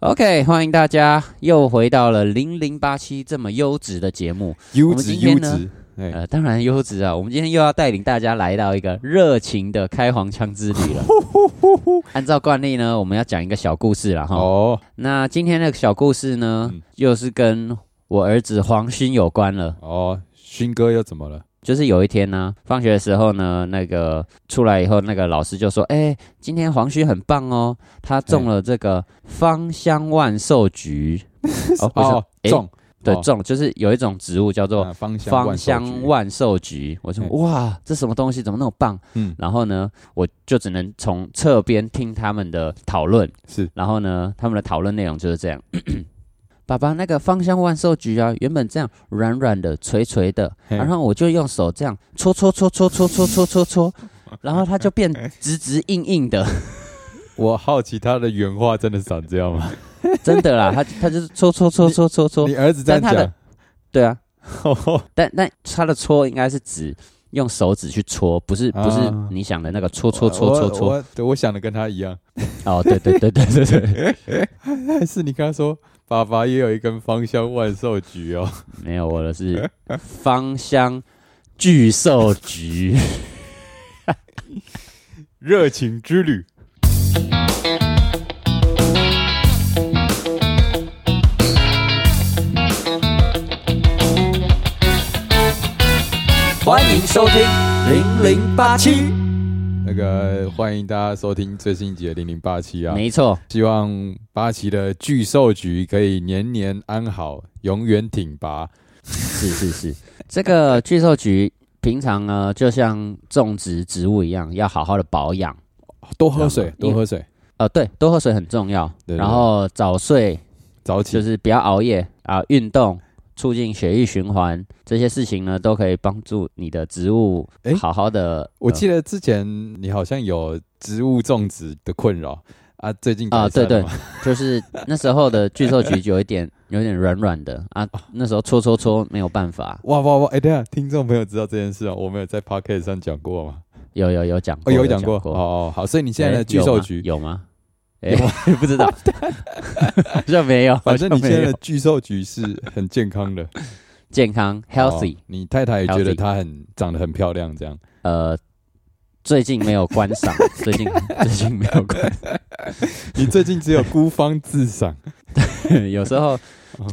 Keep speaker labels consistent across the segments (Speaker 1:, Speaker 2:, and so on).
Speaker 1: OK，欢迎大家又回到了零零八七这么优质的节目。
Speaker 2: 优
Speaker 1: 们
Speaker 2: 质
Speaker 1: 今天
Speaker 2: 优
Speaker 1: 呢
Speaker 2: 质，哎，
Speaker 1: 呃，当然优质啊，我们今天又要带领大家来到一个热情的开黄腔之旅了。 按照惯例呢，我们要讲一个小故事啦哈。
Speaker 2: 哦
Speaker 1: 那今天的小故事呢
Speaker 2: 嗯，
Speaker 1: 又是跟我儿子黄勋有关了。
Speaker 2: 哦，勋哥又怎么了？
Speaker 1: 就是有一天呢，放学的时候呢，那个出来以后，那个老师就说：“哎、今天黄勋很棒哦，他中了这个芳香万寿菊。哦不是
Speaker 2: 哦，
Speaker 1: 哎
Speaker 2: 中
Speaker 1: 对，
Speaker 2: 哦
Speaker 1: 中就是有一种植物叫做
Speaker 2: 啊芳香
Speaker 1: 芳
Speaker 2: 万寿
Speaker 1: 香
Speaker 2: 菊
Speaker 1: 万寿菊。我说
Speaker 2: 嗯
Speaker 1: 哇，这什么东西？怎么那么棒？
Speaker 2: 嗯
Speaker 1: 然后呢，我就只能从侧边听他们的讨论。
Speaker 2: 是
Speaker 1: 然后呢，他们的讨论内容就是这样。 爸爸，那个芳香万寿菊啊，原本这样软软的、垂垂的，
Speaker 2: 嘿
Speaker 1: 然后我就用手这样搓搓搓搓搓搓搓搓 搓，然后它就变直直硬硬的，
Speaker 2: 我好奇他的原话真的长这样吗？
Speaker 1: 真的啦，它它就是搓搓搓搓搓搓，
Speaker 2: 你儿子这样
Speaker 1: 但他的
Speaker 2: 讲，
Speaker 1: 对 啊，
Speaker 2: 哦
Speaker 1: 但但它的搓应该是指用手指去搓，不是不是
Speaker 2: 啊
Speaker 1: 你想的那个搓搓搓搓搓，，
Speaker 2: 我我我想的跟他一样，
Speaker 1: 哦，对对对对对 对，
Speaker 2: 但是你刚刚说爸爸也有一根芳香万寿菊哦，
Speaker 1: 没有我的是芳香巨兽菊。
Speaker 2: 热情之旅。
Speaker 1: 欢迎收听零零八七，
Speaker 2: 那个欢迎大家收听最新一集的零零八七啊，
Speaker 1: 没错，
Speaker 2: 希望八旗的巨兽局可以年年安好，永远挺拔。
Speaker 1: 是是是，这个巨兽菊平常呢，就像种植植物一样，要好好的保养。
Speaker 2: 多喝水，
Speaker 1: 这样吗
Speaker 2: 多喝水，
Speaker 1: 呃，对，多喝水很重要。
Speaker 2: 对对
Speaker 1: 然后早睡，
Speaker 2: 早起。
Speaker 1: 就是不要熬夜啊，运动，促进血液循环，这些事情呢，都可以帮助你的植物
Speaker 2: 诶
Speaker 1: 好好的。
Speaker 2: 我
Speaker 1: 呃
Speaker 2: 记得之前你好像有植物种植的困扰啊，最近
Speaker 1: 啊
Speaker 2: 改善
Speaker 1: 对
Speaker 2: 了吗
Speaker 1: 就是那时候的巨兽菊有一点有点软软的啊，
Speaker 2: 哦
Speaker 1: 那时候搓搓搓没有办法。
Speaker 2: 哇哇哇！哎、等一下听众朋友知道这件事啊，我们有在 p o c a s t 上讲过吗？
Speaker 1: 有有有讲过，
Speaker 2: 哦，有
Speaker 1: 讲
Speaker 2: 讲过。哦哦，好，所以你现在
Speaker 1: 诶
Speaker 2: 的巨
Speaker 1: 有
Speaker 2: 兽
Speaker 1: 吗
Speaker 2: 局，
Speaker 1: 有 吗？哎，不知道， 好像没有，
Speaker 2: 反正
Speaker 1: 好
Speaker 2: 你
Speaker 1: 像
Speaker 2: 现
Speaker 1: 没
Speaker 2: 在
Speaker 1: 有
Speaker 2: 的巨兽局是很健 康的
Speaker 1: 健康
Speaker 2: 哦
Speaker 1: healthy，、
Speaker 2: 你太太也觉得
Speaker 1: Healthy
Speaker 2: 她很长得很漂亮，这样。
Speaker 1: 呃，最近没有观 赏，最近最近没有
Speaker 2: 你最近只有孤芳 自赏，
Speaker 1: 观，有时 候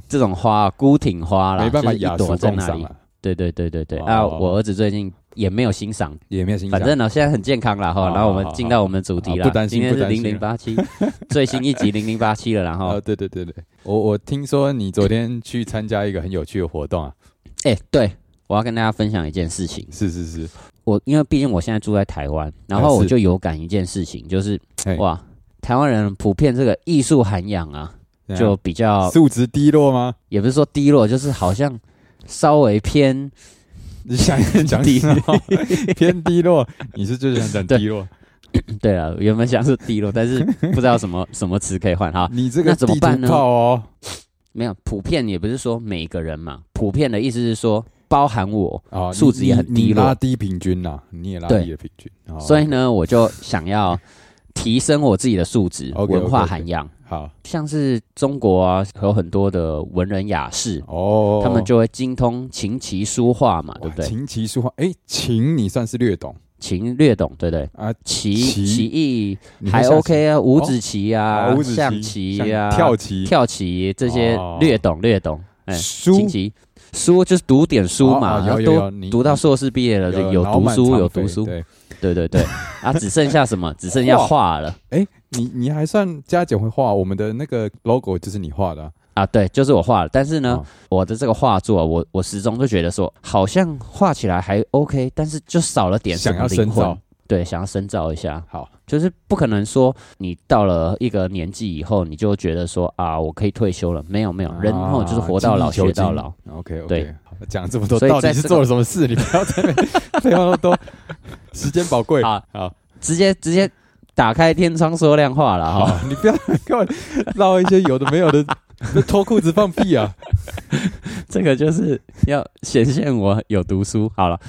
Speaker 1: 这种花孤挺花啦，
Speaker 2: 没办法
Speaker 1: 就是一
Speaker 2: 雅俗
Speaker 1: 朵在
Speaker 2: 共
Speaker 1: 那
Speaker 2: 赏
Speaker 1: 里。
Speaker 2: 啊，
Speaker 1: 对对对对对、
Speaker 2: 哦
Speaker 1: 啊！我儿子最近也没有欣赏，
Speaker 2: 也没有欣赏。
Speaker 1: 反正呢现在很健康啦哈。
Speaker 2: 好
Speaker 1: 然后我们
Speaker 2: 好好
Speaker 1: 进到我们的主题啦，
Speaker 2: 好啊不担
Speaker 1: 今
Speaker 2: 心
Speaker 1: 天是
Speaker 2: 不担
Speaker 1: 零
Speaker 2: 心
Speaker 1: 零八 七最新一集零零八七了，然后
Speaker 2: 啊，对对对对，我我听说你昨天去参加一个很有趣的活动啊，
Speaker 1: 哎、对。我要跟大家分享一件事情，
Speaker 2: 是是是，
Speaker 1: 我因为毕竟我现在住在台湾，然
Speaker 2: 哎
Speaker 1: 后我
Speaker 2: 是
Speaker 1: 就有感一件事情，就是
Speaker 2: 哎
Speaker 1: 哇，台湾人普遍这个艺术涵养啊，
Speaker 2: 怎样
Speaker 1: 就比较
Speaker 2: 素质低落吗？
Speaker 1: 也不是说低落，就是好像稍微偏
Speaker 2: 你想讲
Speaker 1: 低
Speaker 2: 什么？ 偏低落，你是就是想
Speaker 1: 对
Speaker 2: 讲低落？
Speaker 1: 对了，原本想是低落，但 是不知道什么什么词可以换哈。
Speaker 2: 你这个
Speaker 1: 啊那怎么
Speaker 2: 地
Speaker 1: 办
Speaker 2: 图
Speaker 1: 呢
Speaker 2: 炮哦，
Speaker 1: 没有，普遍也不是说每个人嘛，普遍的意思是说包含我，
Speaker 2: 啊，你
Speaker 1: 素质也很
Speaker 2: 你
Speaker 1: 低落
Speaker 2: 你拉低平均啦，你也拉
Speaker 1: 对
Speaker 2: 低了平均，哦
Speaker 1: 所以呢，我就想要提升我自己的素质、
Speaker 2: OK，OK，OK
Speaker 1: 文化涵养。
Speaker 2: 好
Speaker 1: 像是中国啊，有很多的文人雅士，
Speaker 2: 哦，
Speaker 1: 他们就会精通琴棋书画嘛，对
Speaker 2: 哇
Speaker 1: 不对？
Speaker 2: 琴棋书画，哎，琴你算是略懂
Speaker 1: 琴略懂，对不对？
Speaker 2: 啊，
Speaker 1: 棋
Speaker 2: 棋
Speaker 1: 棋艺
Speaker 2: 你会
Speaker 1: 还
Speaker 2: 下棋
Speaker 1: OK 啊，五子棋啊
Speaker 2: 啊，哦五，子
Speaker 1: 象
Speaker 2: 棋
Speaker 1: 棋啊，
Speaker 2: 像跳棋，
Speaker 1: 跳棋这些
Speaker 2: 哦
Speaker 1: 略懂略懂，哎，
Speaker 2: 书
Speaker 1: 琴棋书就是读点书嘛，
Speaker 2: 哦哦
Speaker 1: 然
Speaker 2: 有
Speaker 1: 后
Speaker 2: 有
Speaker 1: 都
Speaker 2: 有，你
Speaker 1: 读到硕士毕业了，就有
Speaker 2: 呃脑
Speaker 1: 读
Speaker 2: 满
Speaker 1: 书
Speaker 2: 肠
Speaker 1: 有
Speaker 2: 肥
Speaker 1: 读书，
Speaker 2: 对，
Speaker 1: 对对 对，啊，只剩下什么？只剩下
Speaker 2: 画
Speaker 1: 画了
Speaker 2: 你你还算加减会画，我们的那个 logo 就是你画的啊，
Speaker 1: 啊，对，就是我画了，但是呢
Speaker 2: 哦，
Speaker 1: 我的这个画作，我我始终就觉得说，好像画起来还 OK，但是就少了点什
Speaker 2: 想
Speaker 1: 么
Speaker 2: 要深
Speaker 1: 灵魂
Speaker 2: 造，，
Speaker 1: 对，想要深造一下，
Speaker 2: 好。
Speaker 1: 就是不可能说你到了一个年纪以后，你就觉得说啊，我可以退休了，没有没有，人哦
Speaker 2: 啊
Speaker 1: 后就是活到老
Speaker 2: 精益
Speaker 1: 学
Speaker 2: 求精
Speaker 1: 到老。
Speaker 2: OK
Speaker 1: 对
Speaker 2: OK，讲这么多，
Speaker 1: 所以
Speaker 2: 到底
Speaker 1: 在
Speaker 2: 是
Speaker 1: 这个
Speaker 2: 做了什么事？你不要在那边废话那么多，时间宝贵。
Speaker 1: 好
Speaker 2: 好，
Speaker 1: 啊直接直接打开天窗说亮话了哈。
Speaker 2: 好，你不要给我唠一些有的没有的， 脱裤子放屁啊！
Speaker 1: 这个就是要显现我有嗯读书。好了，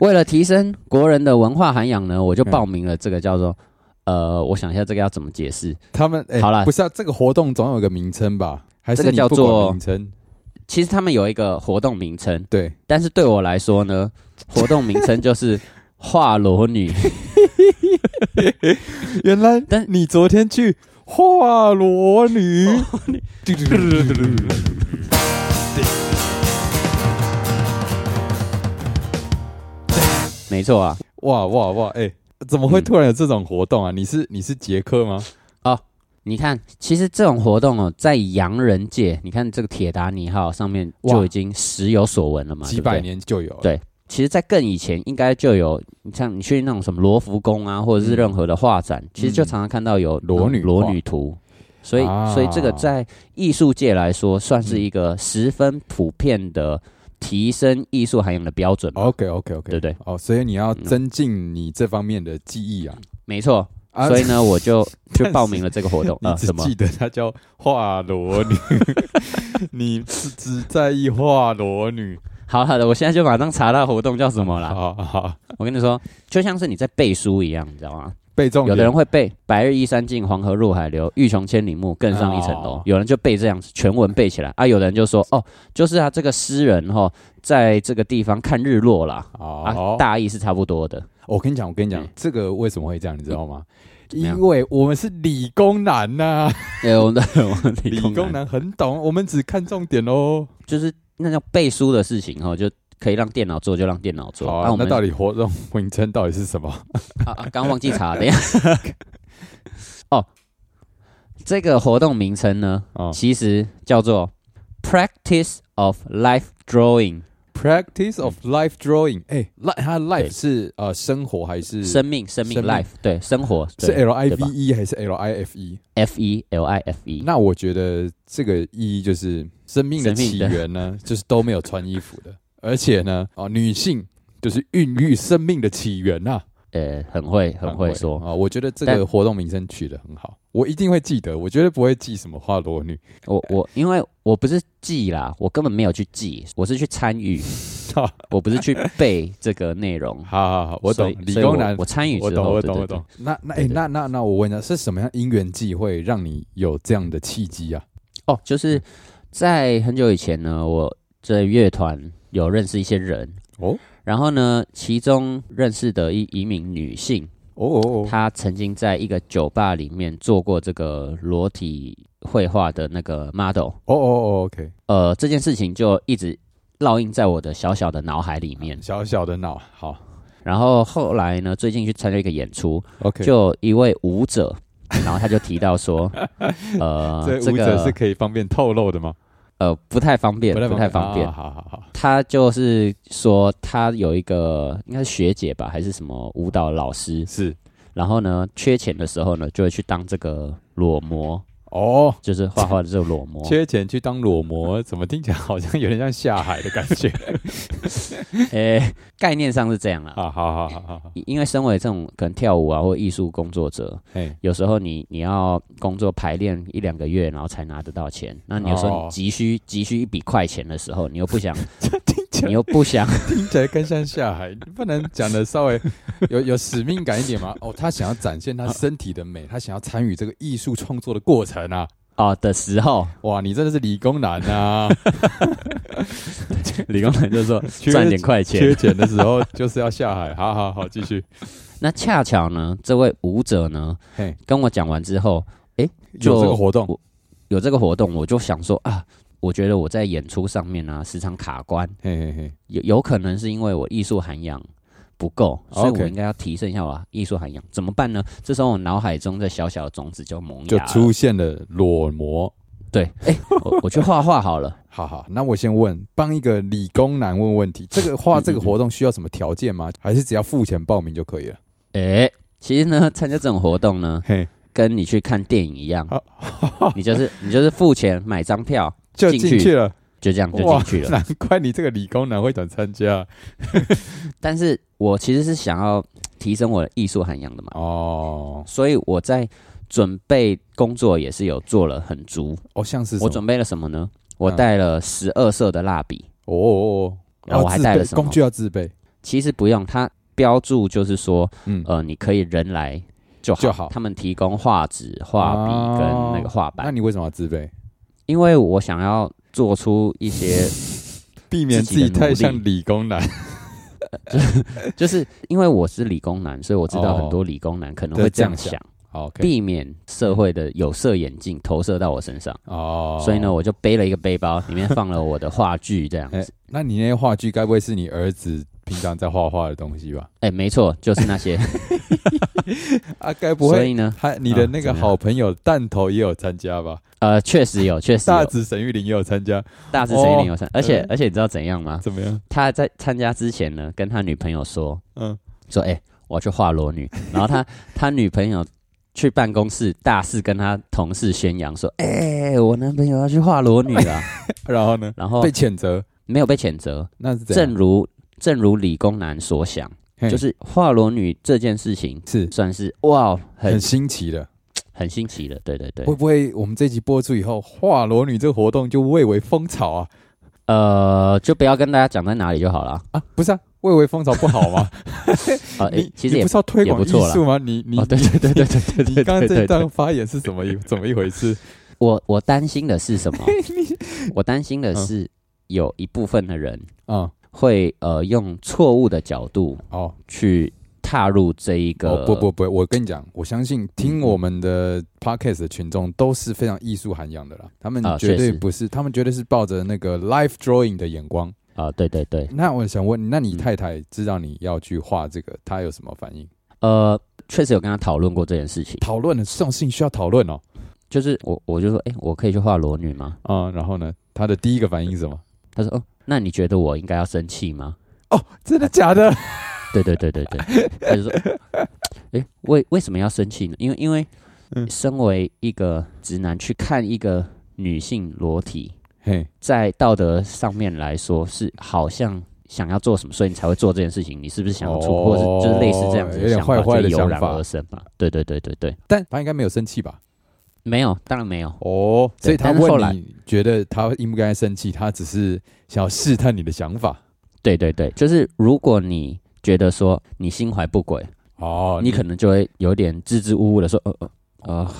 Speaker 1: 为了提升国人的文化涵养呢，我就报名了这个叫做呃，我想一下这个要怎么解释。
Speaker 2: 他们哎，
Speaker 1: 好啦
Speaker 2: 不是啊，这个活动总有个名称吧？还是
Speaker 1: 这个
Speaker 2: 你
Speaker 1: 叫
Speaker 2: 不管
Speaker 1: 做
Speaker 2: 名称？
Speaker 1: 其实他们有一个活动名称，
Speaker 2: 对，
Speaker 1: 但是对我来说呢，活动名称就是华罗女。
Speaker 2: 原来
Speaker 1: 但
Speaker 2: 你昨天去华罗女，嘟嘟嘟嘟嘟
Speaker 1: 没错啊，
Speaker 2: 哇哇哇！哎、怎么会
Speaker 1: 嗯
Speaker 2: 突然有这种活动啊？你是你是杰克吗？
Speaker 1: 啊你看，其实这种活动哦，在洋人界，你看这个铁达尼号上面
Speaker 2: 哇
Speaker 1: 就已经时有所闻了嘛，
Speaker 2: 几
Speaker 1: 对不对
Speaker 2: 百。年就有了。
Speaker 1: 对其实，在更以前，应该就有，你像你去那种什么罗浮宫啊，或者是任何的画展，其实就常常看到有
Speaker 2: 嗯裸女画
Speaker 1: 裸女图。所以，
Speaker 2: 啊
Speaker 1: 所以这个在艺术界来说，算是一个十分普遍的提升艺术涵养的标准吧，
Speaker 2: OK OK OK，
Speaker 1: 对不对？
Speaker 2: 哦，所以你要
Speaker 1: 嗯
Speaker 2: 增进你这方面的记忆啊。
Speaker 1: 没错。
Speaker 2: 啊
Speaker 1: 所以呢，我就
Speaker 2: 但
Speaker 1: 就是报名了这个活 动
Speaker 2: 你
Speaker 1: 啊，
Speaker 2: 只
Speaker 1: 什么
Speaker 2: 记？得她叫华罗女，你只只在意华罗女。
Speaker 1: 好好的，我现在就马上查到活动叫什么啦。
Speaker 2: 好好好，
Speaker 1: 我跟你说，就像是你在背书一样，你知道吗？
Speaker 2: 被重
Speaker 1: 有
Speaker 2: 点
Speaker 1: 的人会背“白日依山尽，黄河入海流，欲穷千里目，更上一层楼”
Speaker 2: 哦
Speaker 1: 有人就背这样子，全文背起来啊。有的人就说：“哦，就是啊，这个诗人哈、在这个地方看日落啦。”啊，
Speaker 2: 哦，
Speaker 1: 大意是差不多 的。
Speaker 2: 我跟你讲，我跟你讲
Speaker 1: 嗯，
Speaker 2: 这个为什么会这样，你知道吗？
Speaker 1: 么样
Speaker 2: 因为我们是理工男呐、
Speaker 1: 对，我们的我们的
Speaker 2: 理工男很懂，我们只看重点哦喽。
Speaker 1: 就是那种背书的事情哈、就可以让电脑做，就让电脑做。
Speaker 2: 好、
Speaker 1: 啊，我
Speaker 2: 那
Speaker 1: 们
Speaker 2: 到底活动名称到底是什么？
Speaker 1: 啊啊，刚忘记查，等一下。 哦，这个活动名称呢，
Speaker 2: 哦
Speaker 1: 其实叫做 Practice of Life Drawing，
Speaker 2: Practice of life drawing，哎、l i f e 它的 life
Speaker 1: 对
Speaker 2: 是呃生活还是
Speaker 1: 生命，生命
Speaker 2: 生命
Speaker 1: life，对，生活，
Speaker 2: 是
Speaker 1: 对
Speaker 2: L I
Speaker 1: 对
Speaker 2: V
Speaker 1: 吧
Speaker 2: E 还是 L I F E？
Speaker 1: ，F E L I F E，
Speaker 2: 那我觉得这个意义就是生命的
Speaker 1: 生
Speaker 2: 起
Speaker 1: 命的
Speaker 2: 源呢，就是都没有穿衣服的，而且呢，啊、女性就是孕育生命的起源呐、
Speaker 1: 呃，很会，很会说
Speaker 2: 啊、，我觉得这个
Speaker 1: 但
Speaker 2: 活动名称取得很好，我一定会记得，我绝对不会记什么花裸女。
Speaker 1: 我我因为我不是记啦，我根本没有去记，我是去参与，
Speaker 2: 好
Speaker 1: 我不是 去背这个内容。
Speaker 2: 好好，我
Speaker 1: 所
Speaker 2: 懂
Speaker 1: 以，
Speaker 2: 理
Speaker 1: 所以
Speaker 2: 工
Speaker 1: 我
Speaker 2: 男
Speaker 1: 我参与之后，
Speaker 2: 我懂，我
Speaker 1: 对
Speaker 2: 懂，
Speaker 1: 对
Speaker 2: 我。懂
Speaker 1: 对。
Speaker 2: 那那哎、
Speaker 1: 对对
Speaker 2: 那那那我问一下，是什么样因缘际会让你有这样的契机啊？
Speaker 1: 哦，就是在很久以前呢，我在乐团有认识一些人，
Speaker 2: 哦
Speaker 1: 然后呢，其中认识的一一名女性，
Speaker 2: 哦哦，
Speaker 1: 她曾经在一个酒吧里面做过这个裸体绘画的那个 model。
Speaker 2: 哦哦哦，OK，
Speaker 1: 呃，这件事情就一直烙印在我的小小的脑海里面。
Speaker 2: 小小的脑，好
Speaker 1: 然后后来呢，最近去参加一个演出，
Speaker 2: ，OK，
Speaker 1: 就有一位舞者，然后他就提到 说，呃，
Speaker 2: 这
Speaker 1: 这
Speaker 2: 舞者是
Speaker 1: 个
Speaker 2: 可以方便透露的吗？
Speaker 1: 呃不太方便，不太方便
Speaker 2: 啊。好好好，
Speaker 1: 他就是说，他有一个应该是学姐吧，还是什么舞蹈老师，
Speaker 2: 是
Speaker 1: 然后呢，缺钱的时候呢，就会去当这个裸模，
Speaker 2: 哦，
Speaker 1: 就是画画的这个裸模。
Speaker 2: 缺钱去当裸模，怎么听起来好像有点像下海的感觉？
Speaker 1: 诶、概念上是这样啦。啊
Speaker 2: 好好好好好好，
Speaker 1: 因因为身为这种可能跳舞啊或艺术工作者，
Speaker 2: 哎，
Speaker 1: 有时候你你要工作排练一两个月，然后才拿得到钱。那你有时候
Speaker 2: 哦
Speaker 1: 你急需、急需一笔快钱的时候，你又不 想，
Speaker 2: 听起
Speaker 1: 你
Speaker 2: 来
Speaker 1: 又不想，
Speaker 2: 听起来更像下海，你不能讲的稍微 有有使命感一点吗？哦，他想要展现他身体的
Speaker 1: 啊
Speaker 2: 美，他想要参与这个艺术创作的过程啊！
Speaker 1: 哦的时 候，
Speaker 2: 哇，你真的是理工男 啊！
Speaker 1: 理工男就说
Speaker 2: 缺
Speaker 1: 赚点快钱
Speaker 2: 缺。钱的时候就是要下海，好好好，继续。
Speaker 1: 那恰巧呢，这位舞者呢
Speaker 2: 嘿，
Speaker 1: 跟我讲完之后，就
Speaker 2: 有这个活动，
Speaker 1: 有这个活动，我就想说啊，我觉得我在演出上面啊时常卡关，
Speaker 2: 嘿嘿嘿，
Speaker 1: 有有可能是因为我艺术涵养不够，所以
Speaker 2: OK
Speaker 1: 我应该要提升一下我的艺术涵养。怎么办呢？这时候我脑海中这小小的种子就萌
Speaker 2: 就
Speaker 1: 芽了。
Speaker 2: 出现了裸模。
Speaker 1: 对，哎、我我去画画好了。
Speaker 2: 好好，那我先问，帮一个理工男问问题，这个画
Speaker 1: 嗯
Speaker 2: 这个活动需要什么条件吗？还是只要付钱报名就可以了？
Speaker 1: 哎、其实呢，参加这种活动呢，
Speaker 2: 嘿，
Speaker 1: 跟你去看电影一样，你就是你就是付钱买张票，
Speaker 2: 就
Speaker 1: 进去
Speaker 2: 进去了，
Speaker 1: 就这样就
Speaker 2: 哇
Speaker 1: 进去了。
Speaker 2: 难怪你这个理工男会想参加
Speaker 1: 但是我其实是想要提升我的艺术涵养的嘛，
Speaker 2: 哦。
Speaker 1: 所以我在准备工作也是有做了很足。
Speaker 2: 哦，像是什
Speaker 1: 我
Speaker 2: 么？
Speaker 1: 准备了什么呢？我
Speaker 2: 嗯
Speaker 1: 带了十二色的蜡笔，
Speaker 2: 哦哦哦，
Speaker 1: 然后我还带了
Speaker 2: 要自
Speaker 1: 什
Speaker 2: 备
Speaker 1: 么
Speaker 2: 工具要自备，
Speaker 1: 其实不用，它标注就是说，呃
Speaker 2: 嗯，
Speaker 1: 呃，你可以人来就好，
Speaker 2: 就好
Speaker 1: 他们提供画纸、画笔跟那个画
Speaker 2: 那
Speaker 1: 板，
Speaker 2: 你为什么要自卑？
Speaker 1: 因为我想要做出一 些，
Speaker 2: 避免自己太像理工男，
Speaker 1: 就是因为我是理工男，所以我知道
Speaker 2: 哦
Speaker 1: 很多理工男可能
Speaker 2: 就
Speaker 1: 会
Speaker 2: 这
Speaker 1: 这
Speaker 2: 样
Speaker 1: 样想，
Speaker 2: 好，OK，哦
Speaker 1: 避免社会的有色眼镜投射到我身上。
Speaker 2: 哦，
Speaker 1: 所以呢，，我就背了一个背包，里面放了我的话剧，这样子。
Speaker 2: 哎，那你那些话剧该不会是你儿子平常在画画的东西吧？
Speaker 1: 哎、没错，就是那些。
Speaker 2: 啊，该 不
Speaker 1: 所
Speaker 2: 会
Speaker 1: 以呢，
Speaker 2: 他你的
Speaker 1: 嗯
Speaker 2: 那
Speaker 1: 怎
Speaker 2: 个
Speaker 1: 么样
Speaker 2: 好朋友弹头也有参加吧？
Speaker 1: 呃，确实有，确实
Speaker 2: 大
Speaker 1: 有，
Speaker 2: 直沈玉玲也有参加，
Speaker 1: 大致谁领有三，而且
Speaker 2: 嗯
Speaker 1: 而且你知道怎样吗？
Speaker 2: 怎么样？
Speaker 1: 他在参加之前呢，跟他女朋友说
Speaker 2: 嗯，
Speaker 1: 说，哎、我要去画裸女。然后他 他女朋友去办公室大肆跟他同事宣扬说，哎、我男朋友要去画裸女 了。
Speaker 2: 然后呢？
Speaker 1: 然后
Speaker 2: 被谴责，
Speaker 1: 没有被谴责，
Speaker 2: 那是怎样
Speaker 1: 正如正如理工男所想，
Speaker 2: 嘿
Speaker 1: 就是画裸女这件事情
Speaker 2: 是
Speaker 1: 算是哇，很
Speaker 2: 很新奇的。
Speaker 1: 很新奇的，对对对
Speaker 2: 会。不会我们这集播出以后，画裸女这个活动就蔚为风潮啊？
Speaker 1: 呃，就不要跟大家讲在哪里就好了。
Speaker 2: 啊，不是啊，蔚为风潮不 好吗？
Speaker 1: 呃，
Speaker 2: 你
Speaker 1: 其实
Speaker 2: 你
Speaker 1: 也
Speaker 2: 不是要推广
Speaker 1: 也
Speaker 2: 艺
Speaker 1: 不错啦
Speaker 2: 术吗？你你
Speaker 1: 哦，对对对对对对对
Speaker 2: 你刚刚这
Speaker 1: 对对
Speaker 2: 一段发言是怎 么一怎么一回事？
Speaker 1: 我我担心的是 什么？我担心的
Speaker 2: 嗯
Speaker 1: 是有一部分的人
Speaker 2: 啊、
Speaker 1: 会呃用错误的角度
Speaker 2: 哦
Speaker 1: 去踏入这一个、
Speaker 2: 哦不不不，我跟你讲，我相信听我们的 podcast 的群众都是非常艺术涵养的啦，他们
Speaker 1: 啊
Speaker 2: 绝
Speaker 1: 确
Speaker 2: 对
Speaker 1: 实
Speaker 2: 不是，他们绝对是抱着那个 life drawing 的眼光。
Speaker 1: 啊、对对对，
Speaker 2: 那我想问你，那你
Speaker 1: 嗯
Speaker 2: 太太知道你要去画这个，她有什么反应？
Speaker 1: 呃，确实有跟他讨论过这件事情，
Speaker 2: 讨论的这种事情需要讨论哦。
Speaker 1: 就是我我就说，哎、我可以去画裸女吗？
Speaker 2: 啊、然后呢，她的第一个反应是什么？
Speaker 1: 他说，哦，那你觉得我应该要生气吗？
Speaker 2: 哦，真的假的？
Speaker 1: 对对对对 对，他就说，哎、为为什么要生气呢？因为因为
Speaker 2: 嗯
Speaker 1: 身为一个直男去看一个女性裸体，
Speaker 2: 嘿，
Speaker 1: 在道德上面来说是好像想要做什么，所以你才会做这件事情，你是不是想要做，
Speaker 2: 哦
Speaker 1: 或者是就是类似这样子
Speaker 2: 有
Speaker 1: 的
Speaker 2: 点
Speaker 1: 想法，
Speaker 2: 坏坏的
Speaker 1: 就油然
Speaker 2: 想法
Speaker 1: 而生嘛？对对对对对，
Speaker 2: 但她应该没有生气吧？
Speaker 1: 没有，当然没有。
Speaker 2: 哦，
Speaker 1: 对
Speaker 2: 所以她
Speaker 1: 但是后
Speaker 2: 问
Speaker 1: 来
Speaker 2: 你觉得她应不应该生气，她只是想要试探你的想法。
Speaker 1: 对对对，就是如果你觉得说你心怀不轨，
Speaker 2: 哦，
Speaker 1: 你可能就会有点支支吾吾的说，呃呃呃，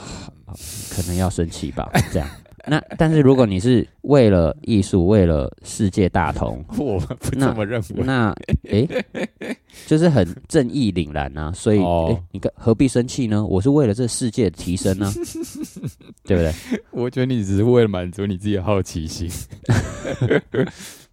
Speaker 1: 可能要生气吧，这样。那但是如果你是为了艺术，为了世界大同，
Speaker 2: 我们不
Speaker 1: 那
Speaker 2: 这么认为。
Speaker 1: 那诶、就是很正义凛然啊，所以诶、
Speaker 2: 哦
Speaker 1: 你干何必生气呢？我是为了这世界的提升呢、 对不对？
Speaker 2: 我觉得你只是为了满足你自己的好奇心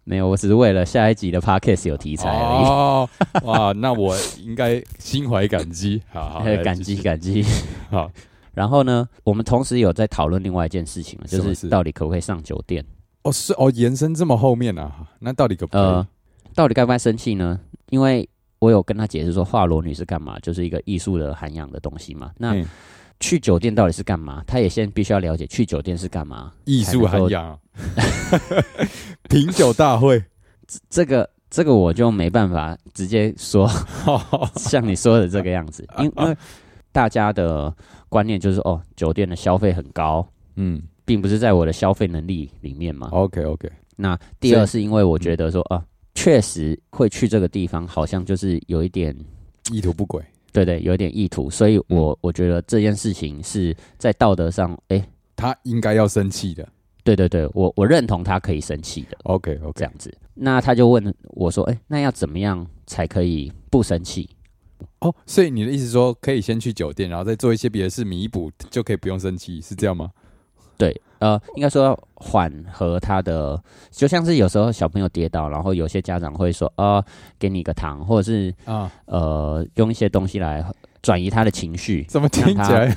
Speaker 1: 没有，我只是为了下一集的 podcast 有题材而已。
Speaker 2: 哦，哇，那我应该心怀 感激，好好
Speaker 1: 还有
Speaker 2: 来
Speaker 1: 感
Speaker 2: 继
Speaker 1: 激
Speaker 2: 续
Speaker 1: 感激。
Speaker 2: 好，
Speaker 1: 然后呢，我们同时有在讨论另外一件事情了，
Speaker 2: 什
Speaker 1: 就
Speaker 2: 么
Speaker 1: 是
Speaker 2: 事
Speaker 1: 到底可不可以上酒店？
Speaker 2: 哦，是哦，延伸这么后面啊，那到底可不可以？
Speaker 1: 呃，到底该不该生气呢？因为我有跟他解释说，画裸女是干嘛，就是一个艺术的涵养的东西嘛。那
Speaker 2: 嗯
Speaker 1: 去酒店到底是干嘛？他也先必须要了解去酒店是干嘛。
Speaker 2: 艺术涵养啊， 品酒大会，
Speaker 1: 这个这个我就没办法直接说 像你说的这个样子， 因因为大家的观念就是哦，酒店的消费很高，
Speaker 2: 嗯
Speaker 1: 并不是在我的消费能力里面嘛。
Speaker 2: ，OK OK，
Speaker 1: 那第二
Speaker 2: 哦所
Speaker 1: 是
Speaker 2: 以嗯
Speaker 1: 因为我觉得说啊，确实会去这个地方，好像就是有一点
Speaker 2: 意图不轨，
Speaker 1: 对对，有一点意图，所以
Speaker 2: 嗯
Speaker 1: 我、我觉得这件事情是在道德上，哎，
Speaker 2: 他应该要生气的。
Speaker 1: 对对对，我我认同他可以生气的
Speaker 2: OK
Speaker 1: 这
Speaker 2: OK，
Speaker 1: 样子。那他就问我说，哎，那要怎么样才可以不生气？
Speaker 2: 哦，所以你的意思是说可以先去酒店，然后再做一些别的事弥补，就可以不用生气，是这样吗？
Speaker 1: 对，呃，应该说要缓和他的，就像是有时候小朋友跌倒，然后有些家长会说，呃，给你一个糖，或者是
Speaker 2: 啊，
Speaker 1: 呃，用一些东西来转移他的情绪。
Speaker 2: 怎么听起来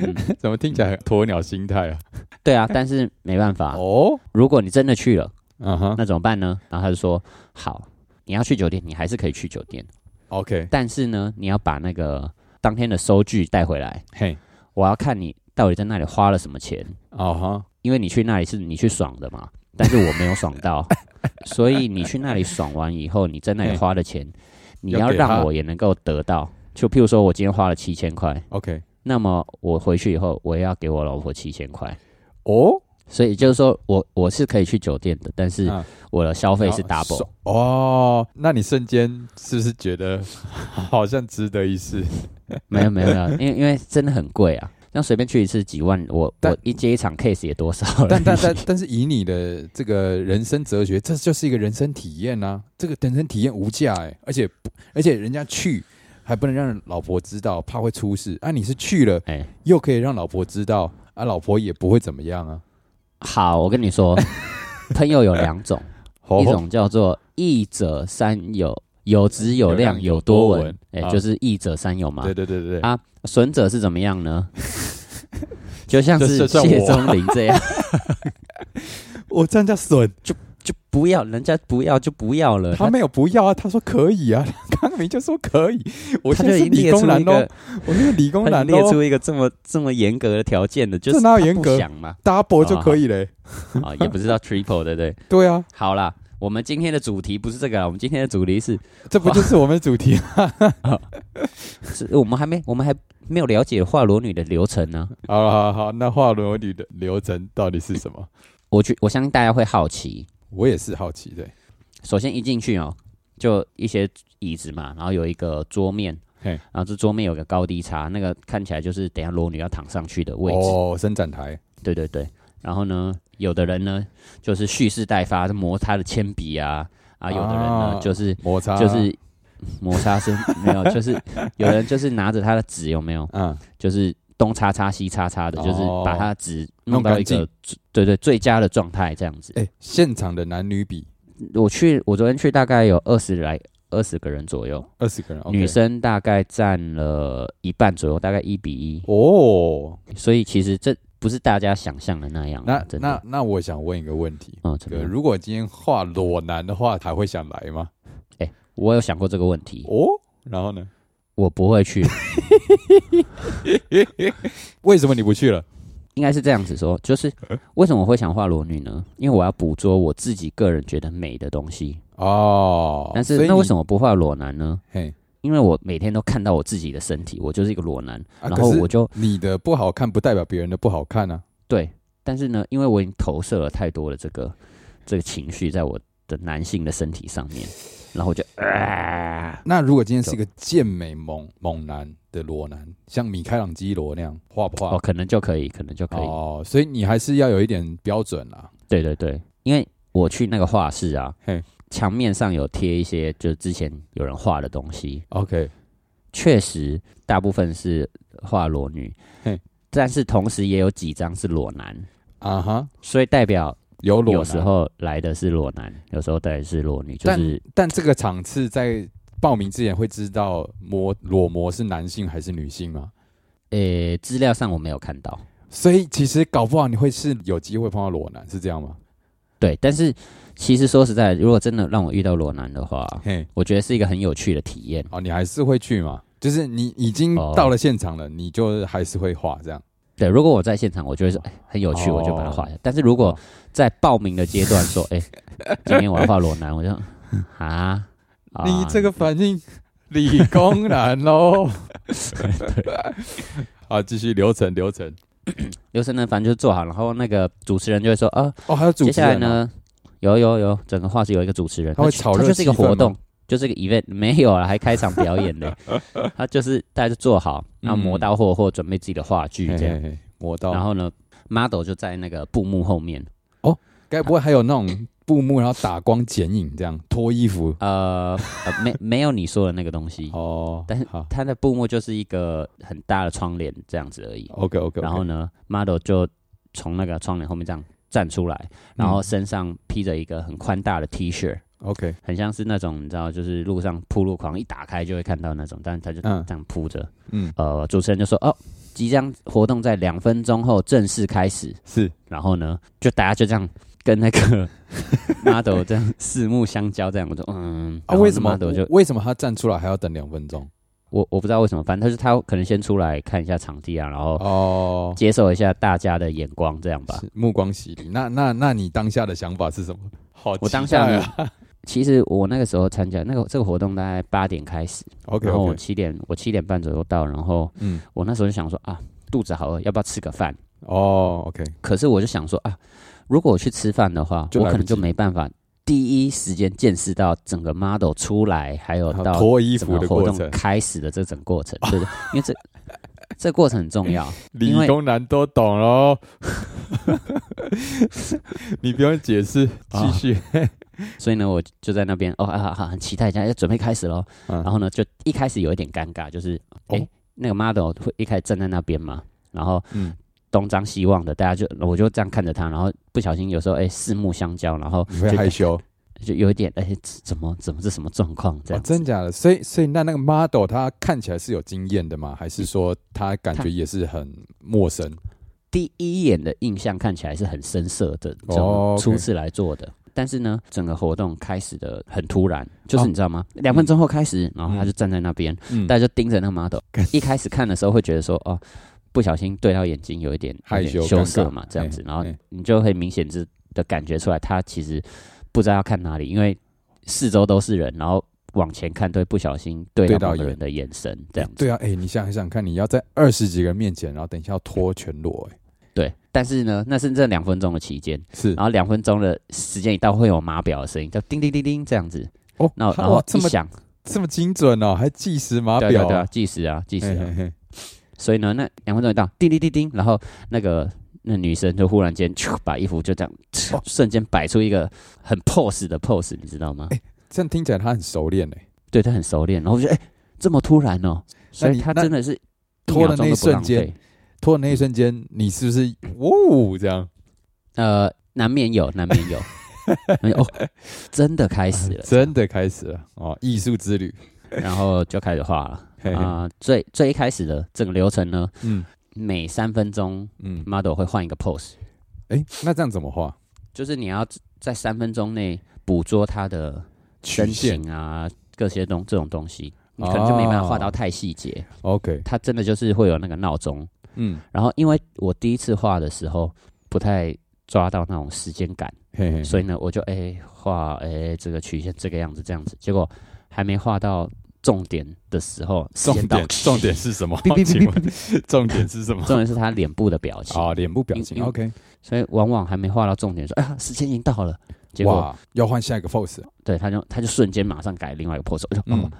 Speaker 1: 嗯？
Speaker 2: 怎么听起来很鸵鸟心态啊？
Speaker 1: 对啊，但是没办法，
Speaker 2: 哦，
Speaker 1: 如果你真的去了，
Speaker 2: 嗯哼
Speaker 1: 那怎么办呢？然后他就说，好，你要去酒店，你还是可以去酒店。
Speaker 2: ，OK，
Speaker 1: 但是呢，你要把那个当天的收据带回来，
Speaker 2: 嘿，
Speaker 1: 我要看你到底在那里花了什么钱，
Speaker 2: 啊哈，
Speaker 1: 因为你去那里是你去爽的 嘛，但是我没有爽到，所以你去那里爽完以后，你在那里花的钱，你
Speaker 2: 要
Speaker 1: 要
Speaker 2: 给他
Speaker 1: 让我也能够得到。就譬如说我今天花了七千块，
Speaker 2: ，OK，
Speaker 1: 那么我回去以后，我也要给我老婆七千块。
Speaker 2: 哦，
Speaker 1: 所以就是说我我是可以去酒店的，但是
Speaker 2: 啊
Speaker 1: 我的消费是
Speaker 2: 然后
Speaker 1: double，、
Speaker 2: 爽哦，那你瞬间是不是觉得好像值得一试？
Speaker 1: 没有没有没 有，因为因为真的很贵啊，那随便去一次几万，我
Speaker 2: 但
Speaker 1: 我一接一场 case 也多少了？
Speaker 2: 但但但但是以你的这个人生哲学，这就是一个人生体验呐、这个人生体验无价哎、而且不而且人家去还不能让老婆知道，怕会出事。啊，你是去了，
Speaker 1: 哎
Speaker 2: 又可以让老婆知道，啊，老婆也不会怎么样啊。
Speaker 1: 好，我跟你 说，朋友有两种，
Speaker 2: 哦
Speaker 1: 一种叫做一者三友，友之有量，有多
Speaker 2: 有量有
Speaker 1: 闻，
Speaker 2: 多
Speaker 1: 哎、
Speaker 2: 闻啊
Speaker 1: 就是一者三友嘛
Speaker 2: 对。对对对对，
Speaker 1: 啊，损者是怎么样 呢？就像是
Speaker 2: 这这算
Speaker 1: 谢
Speaker 2: 我
Speaker 1: 钟林这样，
Speaker 2: 我这样叫损，
Speaker 1: 就不要人家不要就不要了，
Speaker 2: 他没有不要啊，他说可以啊， 刚明就说可以，我
Speaker 1: 他
Speaker 2: 现
Speaker 1: 就已
Speaker 2: 在是
Speaker 1: 经
Speaker 2: 理
Speaker 1: 列出
Speaker 2: 工男
Speaker 1: 一
Speaker 2: 喽
Speaker 1: 个，，
Speaker 2: 我是理工
Speaker 1: 他
Speaker 2: 男哦
Speaker 1: 列
Speaker 2: 喽
Speaker 1: 出一个这么这么严格的条件的，就是
Speaker 2: 这哪有
Speaker 1: 他
Speaker 2: 严
Speaker 1: 不
Speaker 2: 格
Speaker 1: 想嘛，
Speaker 2: ，double 就可以嘞。
Speaker 1: 啊、也不知道 triple 对不对？
Speaker 2: 对啊，
Speaker 1: 好啦，我们今天的主题不是这个啦，我们今天的主题是，
Speaker 2: 这不就是我们的主题？
Speaker 1: 是我们还没我们还没有了解华罗女的流程呢、
Speaker 2: 好了，好好，那华罗女的流程到底是什么？
Speaker 1: 我觉我相信大家会好奇，
Speaker 2: 我也是好奇的。
Speaker 1: 首先一进去哦，就一些椅子嘛，然后有一个桌面，
Speaker 2: 嘿
Speaker 1: 然后这桌面有个高低差，那个看起来就是等一下裸女要躺上去的位置。
Speaker 2: 哦，伸展台，
Speaker 1: 对对对，然后呢，有的人呢就是蓄势待发，磨他的铅笔啊啊，有的人呢、
Speaker 2: 啊
Speaker 1: 就是
Speaker 2: 摩擦，
Speaker 1: 就是摩擦声没 有，就是有人就是拿着他的纸有没有，
Speaker 2: 嗯，
Speaker 1: 就是东擦擦西擦擦的，
Speaker 2: 哦
Speaker 1: 就是把他的纸弄
Speaker 2: 弄
Speaker 1: 到一
Speaker 2: 干
Speaker 1: 个最对对最佳的状态这样子。
Speaker 2: 哎、现场的男女比
Speaker 1: 我去，我昨天去大概有二十来二十个人左右，
Speaker 2: 二十个人，OK
Speaker 1: 女生大概占了一半左右，大概一比一，
Speaker 2: 哦。
Speaker 1: 所以其实这不是大家想象的那样啊。
Speaker 2: 那
Speaker 1: 真的
Speaker 2: 那那，我想问一个问题，
Speaker 1: 嗯，怎
Speaker 2: 这
Speaker 1: 么
Speaker 2: 个
Speaker 1: 样？
Speaker 2: 如果今天画裸男的话，还会想来吗？
Speaker 1: 我有想过这个问题，
Speaker 2: 哦，然后呢？
Speaker 1: 我不会 去。
Speaker 2: 为什么你不去了？
Speaker 1: 应该是这样子说，就是
Speaker 2: 嗯
Speaker 1: 为什么我会想画裸女呢？因为我要捕捉我自己个人觉得美的东西。
Speaker 2: 哦，
Speaker 1: 但是
Speaker 2: 所以
Speaker 1: 那为
Speaker 2: 你
Speaker 1: 什么不画裸男呢？
Speaker 2: 嘿，
Speaker 1: 因为我每天都看到我自己的身体，我就是一个裸男，
Speaker 2: 啊
Speaker 1: 然后
Speaker 2: 可是
Speaker 1: 我就
Speaker 2: 你的不好看不代表别人的不好看啊？
Speaker 1: 对。但是呢，因为我已经投射了太多的这个这个情绪在我的男性的身体上面，然后我就啊，
Speaker 2: 那如果今天是一个健美猛猛男的裸男，像米开朗基罗那样，画不画
Speaker 1: 哦，？可能就可以，可能就可以。
Speaker 2: 哦，所以你还是要有一点标准啊啦。
Speaker 1: 对对对，因为我去那个画室啊
Speaker 2: 嘿，
Speaker 1: 墙面上有贴一些就是之前有人画的东西，
Speaker 2: OK，
Speaker 1: 确实大部分是画裸女
Speaker 2: 嘿，
Speaker 1: 但是同时也有几张是裸男，
Speaker 2: 啊哈，
Speaker 1: 所以代表
Speaker 2: 有裸
Speaker 1: 有
Speaker 2: 男
Speaker 1: 时，候来的是裸男，有时候带的是裸女，就
Speaker 2: 但
Speaker 1: 是
Speaker 2: 但这个场次在报名之前会知道模裸模是男性还是女性吗？
Speaker 1: 呃资料上我没有看到，
Speaker 2: 所以其实搞不好你会是有机会碰到裸男，是这样吗？
Speaker 1: 对，但是其实说实在，如果真的让我遇到裸男的话，
Speaker 2: 嘿，
Speaker 1: 我觉得是一个很有趣的体验。
Speaker 2: 哦，你还是会去嘛？就是你已经
Speaker 1: 哦
Speaker 2: 到了现场了，你就还是会画这样。
Speaker 1: 对，如果我在现场，我觉得是哎很有趣，
Speaker 2: 哦
Speaker 1: 我就把它画下。但是如果在报名的阶段说，哎，今天我要画裸男，我就啊，啊
Speaker 2: 你这个反应，理工男喽。 好，继续流程流程。
Speaker 1: 刘生呢，反正就做好，然后那个主持人就会说啊，
Speaker 2: 哦，还有主
Speaker 1: 接
Speaker 2: 持
Speaker 1: 下来
Speaker 2: 人哦，
Speaker 1: 呢，有有有，整个画室有一个主持人，
Speaker 2: 他会
Speaker 1: 就
Speaker 2: 炒
Speaker 1: 他
Speaker 2: 热
Speaker 1: 就是一个
Speaker 2: 气氛吗
Speaker 1: 活动，就是一个 event，没有啊，还开场表演 呢，他就是大家就做好，然后磨刀霍霍，准备自己的话剧这样
Speaker 2: 嗯嘿，嘿哦嘿磨
Speaker 1: 然
Speaker 2: 刀，
Speaker 1: 后呢，model 就在那个布幕后面，
Speaker 2: 该不会还有那种布幕，然后打光剪影这样脱衣服？
Speaker 1: 呃，呃没没有你说的那个东西，
Speaker 2: 哦，
Speaker 1: 但是
Speaker 2: 好
Speaker 1: 它的布幕就是一个很大的窗帘这样子而已，
Speaker 2: ，OK OK，
Speaker 1: 然后呢，model 就从那个窗帘后面这样站出来，然后身上披着一个很宽大的 T 恤。
Speaker 2: OK，
Speaker 1: 很像是那种你知道，就是路上铺路狂一打开就会看到那种，但是他就
Speaker 2: 嗯
Speaker 1: 这样铺着。
Speaker 2: 嗯，
Speaker 1: 呃，主持人就说：“哦，即将活动在两分钟后正式开始。
Speaker 2: 是”
Speaker 1: 然后呢，就大家就这样跟那 个 model 这样四目相交，这样我就嗯，
Speaker 2: 啊，为什么
Speaker 1: model 就
Speaker 2: 为什么他站出来还要等两分钟？
Speaker 1: 我我不知道为什么，反正他是他可能先出来看一下场地啊，然后
Speaker 2: 哦，
Speaker 1: 接受一下大家的眼光，这样吧。
Speaker 2: 是目光洗礼。那那那你当下的想法是什么？好期待啊，
Speaker 1: 我当下呢，其实我那个时候参加那个这个活动大概八点开始，
Speaker 2: OK
Speaker 1: 然后我
Speaker 2: OK，
Speaker 1: 七点我七点半左右到，然后
Speaker 2: 嗯，
Speaker 1: 我那时候就想说啊，肚子好饿，要不要吃个饭？
Speaker 2: 哦 OK，
Speaker 1: 可是我就想说啊，如果我去吃饭的话，
Speaker 2: 就
Speaker 1: 我
Speaker 2: 来
Speaker 1: 可
Speaker 2: 不
Speaker 1: 能就
Speaker 2: 及
Speaker 1: 没办法第一时间见识到整个 model 出来，还有
Speaker 2: 好
Speaker 1: 到
Speaker 2: 脱衣
Speaker 1: 整
Speaker 2: 服
Speaker 1: 个
Speaker 2: 的
Speaker 1: 活
Speaker 2: 过
Speaker 1: 动
Speaker 2: 程，
Speaker 1: 开始的这整过程，对不对？因为 这这过程很重要，
Speaker 2: 理
Speaker 1: 因为
Speaker 2: 工男都懂 喽。你不用解释，继续。
Speaker 1: 所以呢，我就在那边哦啊啊，很期待一下，要准备开始喽。
Speaker 2: 嗯
Speaker 1: 然后呢，就一开始有一点尴尬，就是
Speaker 2: 哦
Speaker 1: 哎、那个 model 会一开始站在那边嘛，然后
Speaker 2: 嗯，
Speaker 1: 东张西望的，大家就我就这样看着他，然后不小心有时候哎、四目相交，然后
Speaker 2: 你会
Speaker 1: 就
Speaker 2: 害羞？
Speaker 1: 就有一点哎、怎么怎么这什么状况这
Speaker 2: 哦
Speaker 1: 样，
Speaker 2: 真假的？所以，所以那那个 model 他看起来是有经验的吗？还是说他感觉也是很陌生？
Speaker 1: 第一眼的印象看起来是很深色的，这
Speaker 2: 哦
Speaker 1: 种
Speaker 2: ，OK
Speaker 1: 初次来做的。但是呢，整个活动开始的很突然，就是
Speaker 2: 哦
Speaker 1: 你知道吗？两、分钟后开始，然后他就站在那边，
Speaker 2: 嗯
Speaker 1: 大家就盯着那个 model。一开始看的时候会觉得说，哦，不小心对到眼睛有一点
Speaker 2: 害羞
Speaker 1: 有点羞
Speaker 2: 尴
Speaker 1: 涩
Speaker 2: 尬
Speaker 1: 嘛，这样子
Speaker 2: 哎，
Speaker 1: 然后
Speaker 2: 哎
Speaker 1: 你就很明显是的感觉出来，他其实不知道要看哪里，因为四周都是人，然后往前看，都会不小心对
Speaker 2: 对
Speaker 1: 到
Speaker 2: 到
Speaker 1: 某个
Speaker 2: 眼
Speaker 1: 人的眼神，这样子。
Speaker 2: 对啊，哎、你想想看，你要在二十几个人面前，然后等一下要脱全裸、哎，
Speaker 1: 对，但是呢，那是这两分钟的期间，
Speaker 2: 是
Speaker 1: 然后两分钟的时间一到，会有码表的声音，叫叮叮叮叮这样子。
Speaker 2: 哦，
Speaker 1: 然后
Speaker 2: 他
Speaker 1: 然后
Speaker 2: 哇这
Speaker 1: 一
Speaker 2: 么
Speaker 1: 响，
Speaker 2: 这么精准哦，还计时码
Speaker 1: 对啊对
Speaker 2: 表、
Speaker 1: 啊对啊，计时啊计时
Speaker 2: 嘿
Speaker 1: 啊
Speaker 2: 嘿。嘿
Speaker 1: 所以呢，那两分钟一到，叮叮叮叮，然后那个那女生就忽然间咻把衣服就这样
Speaker 2: 哦
Speaker 1: 瞬间摆出一个很 pose 的 pose，你知道吗？
Speaker 2: 这样听起来他很熟练嘞、哎
Speaker 1: 对她很熟练，然后我觉得哎、这么突然哦，所以
Speaker 2: 你
Speaker 1: 她
Speaker 2: 那
Speaker 1: 真的是一
Speaker 2: 脱
Speaker 1: 秒
Speaker 2: 的
Speaker 1: 钟
Speaker 2: 那一
Speaker 1: 都不浪
Speaker 2: 瞬间
Speaker 1: 费。
Speaker 2: 脱的那一瞬间，你是不是哦这样？
Speaker 1: 呃，难免有，难免有。哎哦，真的开始了，
Speaker 2: 嗯
Speaker 1: 啊
Speaker 2: 真的开始了哦，艺术 之旅。
Speaker 1: 然后就开始画了
Speaker 2: 嘿嘿
Speaker 1: 啊、最最一开始的整个流程呢，
Speaker 2: 嗯
Speaker 1: 每三分钟
Speaker 2: 嗯，
Speaker 1: model 会换一个 pose，
Speaker 2: 哎、那这样怎么画？
Speaker 1: 就是你要在三分钟内捕捉他的
Speaker 2: 曲
Speaker 1: 身
Speaker 2: 线哦
Speaker 1: 形啊，各些东这种东西，你可能就没办法画到太细节。
Speaker 2: ，OK，
Speaker 1: 它真的就是会有那个闹钟，
Speaker 2: 嗯，
Speaker 1: 然后因为我第一次画的时候不太抓到那种时间感，
Speaker 2: 嘿嘿，
Speaker 1: 所以呢，我就哎画哎这个曲线这个样子这样子，结果还没画到重点的时候，时
Speaker 2: 重
Speaker 1: 间到
Speaker 2: 点重点是什么
Speaker 1: 哔哔？哔
Speaker 2: 请问重点是 什么？
Speaker 1: 重点是他脸部的表情，
Speaker 2: 啊，脸部表
Speaker 1: 因
Speaker 2: 情
Speaker 1: 因
Speaker 2: OK，
Speaker 1: 所以往往还没画到重点，说哎呀时间已经到了，结果
Speaker 2: 哇，要换下一个 pose，
Speaker 1: 对他就他就瞬间马上改另外一个 pose，我就、
Speaker 2: 嗯
Speaker 1: 哦，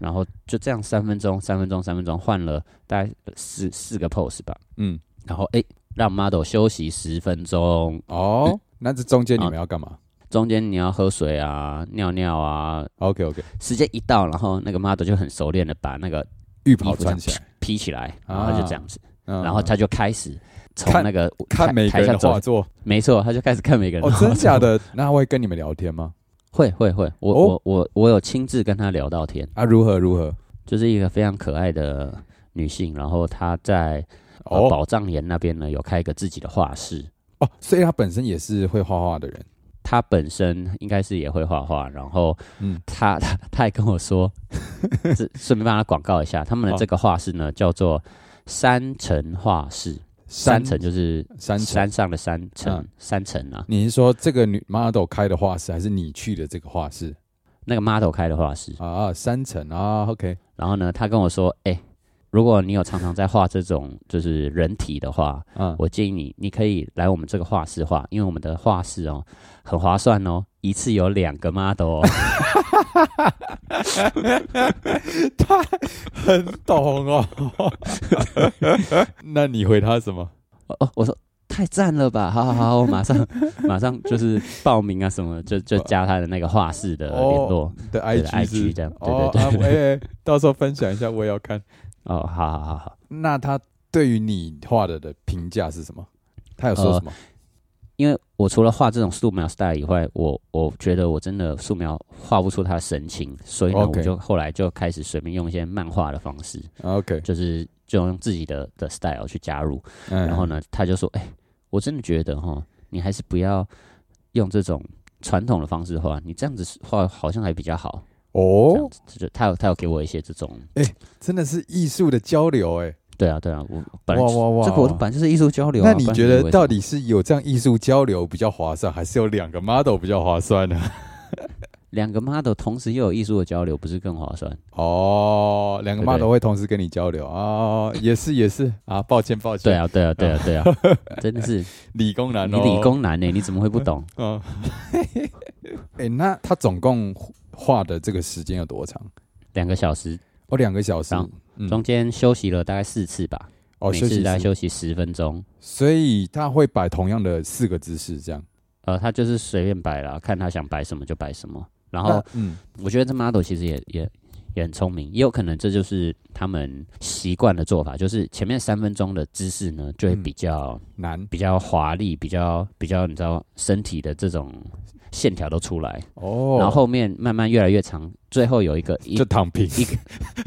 Speaker 1: 然后就这样三分钟三分钟三分钟换了大概四四个 pose 吧，
Speaker 2: 嗯，
Speaker 1: 然后哎让 model 休息十分钟，
Speaker 2: 哦，那这中间你们要干嘛
Speaker 1: 中间你要喝水啊尿尿啊，
Speaker 2: ？OK OK，
Speaker 1: 时间一到，然后那个 model 就很熟练的把那个
Speaker 2: 浴
Speaker 1: 衣
Speaker 2: 袍
Speaker 1: 服这
Speaker 2: 穿
Speaker 1: 样
Speaker 2: 起来，啊
Speaker 1: 披起来，然后就这样子，
Speaker 2: 嗯
Speaker 1: 然后他就开始从
Speaker 2: 看
Speaker 1: 那个
Speaker 2: 看每个
Speaker 1: 台
Speaker 2: 人
Speaker 1: 下
Speaker 2: 的
Speaker 1: 走
Speaker 2: 画，作，
Speaker 1: 没错，他就开始看每个人
Speaker 2: 哦， 真假
Speaker 1: 的
Speaker 2: 的？那他会跟你们聊天吗？
Speaker 1: 画作，会会会，我、
Speaker 2: 哦
Speaker 1: 我我我有亲自跟他聊到天，
Speaker 2: 啊，如何如何？
Speaker 1: 就是一个非常可爱的女性，然后她在呃、
Speaker 2: 哦
Speaker 1: 宝藏岩那边呢有开一个自己的画室，
Speaker 2: 哦，所以他本身也是会画画的人，
Speaker 1: 她本身应该是也会画画，然后
Speaker 2: 嗯，
Speaker 1: 她 她她还跟我说， 这顺便帮她广告一下，他们的
Speaker 2: 哦
Speaker 1: 这个画室呢叫做山城画室，山城就是
Speaker 2: 山城。
Speaker 1: 山上的山城
Speaker 2: 嗯，
Speaker 1: 山城啊，
Speaker 2: 你是说这个女 model 开的画室，还是你去的这个画室
Speaker 1: 那个 model 开的画室，
Speaker 2: 啊？啊山城啊，OK，
Speaker 1: 然后呢，她跟我说，哎、如果你有常常在画这种就是人体的话，
Speaker 2: 嗯，
Speaker 1: 我建议你，你可以来我们这个画室画，因为我们的画室哦很划算哦，一次有两个 model 哦。
Speaker 2: 很懂哦。 那你回他什么？
Speaker 1: 哦，我说太赞了吧，好好好，我马上马上就是报名啊什么，就就加他的那个画室的联络。
Speaker 2: 哦、
Speaker 1: 对
Speaker 2: 的 IG 是
Speaker 1: IG 这样对
Speaker 2: 哦，
Speaker 1: 对
Speaker 2: 啊我哎、哎到时候分享一下，我也要看。
Speaker 1: 哦，好好好好，
Speaker 2: 那他对于你画的的评价是什么？他有说什么？
Speaker 1: 因为我除了画这种素描 style 以外，我我觉得我真的素描画不出他的神情，所以呢
Speaker 2: OK
Speaker 1: 我就后来就开始随便用一些漫画的方式，
Speaker 2: 啊 OK，
Speaker 1: 就是就用自己的的 style 去加入。
Speaker 2: 嗯，
Speaker 1: 然后呢，他就说：“哎、我真的觉得哈，你还是不要用这种传统的方式画，你这样子画好像还比较好。”这样
Speaker 2: 哦，
Speaker 1: 子，这就他有他有给我一些这种，
Speaker 2: 真的是艺术的交流哎、
Speaker 1: 对啊对啊，我本来
Speaker 2: 哇
Speaker 1: 就
Speaker 2: 哇哇！
Speaker 1: 这活动本来就是艺术交流啊、
Speaker 2: 那你
Speaker 1: 不然
Speaker 2: 觉
Speaker 1: 以为
Speaker 2: 得
Speaker 1: 什
Speaker 2: 到
Speaker 1: 么
Speaker 2: 底是有这样艺术交流比较划算，还是有两个 model 比较划算呢？
Speaker 1: 两个 model 同时又有艺术的交流，不是更划算？
Speaker 2: 哦，两个
Speaker 1: 对对
Speaker 2: model 会同时跟你交流哦，也是也是啊，抱歉抱歉，
Speaker 1: 对，啊对啊对 啊对啊，真的是
Speaker 2: 理工男
Speaker 1: 你
Speaker 2: 哦，
Speaker 1: 欸 理工男呢、你怎么会不懂？
Speaker 2: 嗯，哎、那他总共画的这个时间有多长？
Speaker 1: 两个小时，
Speaker 2: 哦，两个小时
Speaker 1: 长。中
Speaker 2: 嗯，
Speaker 1: 间休息了大概四次吧，
Speaker 2: 哦，
Speaker 1: 每
Speaker 2: 休
Speaker 1: 次
Speaker 2: 息
Speaker 1: 大概
Speaker 2: 时，
Speaker 1: 休息十分钟。
Speaker 2: 所以他会摆同样的四个姿势，这样。
Speaker 1: 呃，他就是随便摆啦，看他想摆什么就摆什么。然后
Speaker 2: 那嗯，
Speaker 1: 我觉得这 model 其实也也也很聪明，也有可能这就是他们习惯的做法，就是前面三分钟的姿势呢，就会
Speaker 2: 嗯
Speaker 1: 比较、
Speaker 2: 难
Speaker 1: 比较华丽，比较比较你知道身体的这种线条都出来，
Speaker 2: 哦，
Speaker 1: 然后后面慢慢越来越长，最后有一个一
Speaker 2: 就躺平
Speaker 1: 一个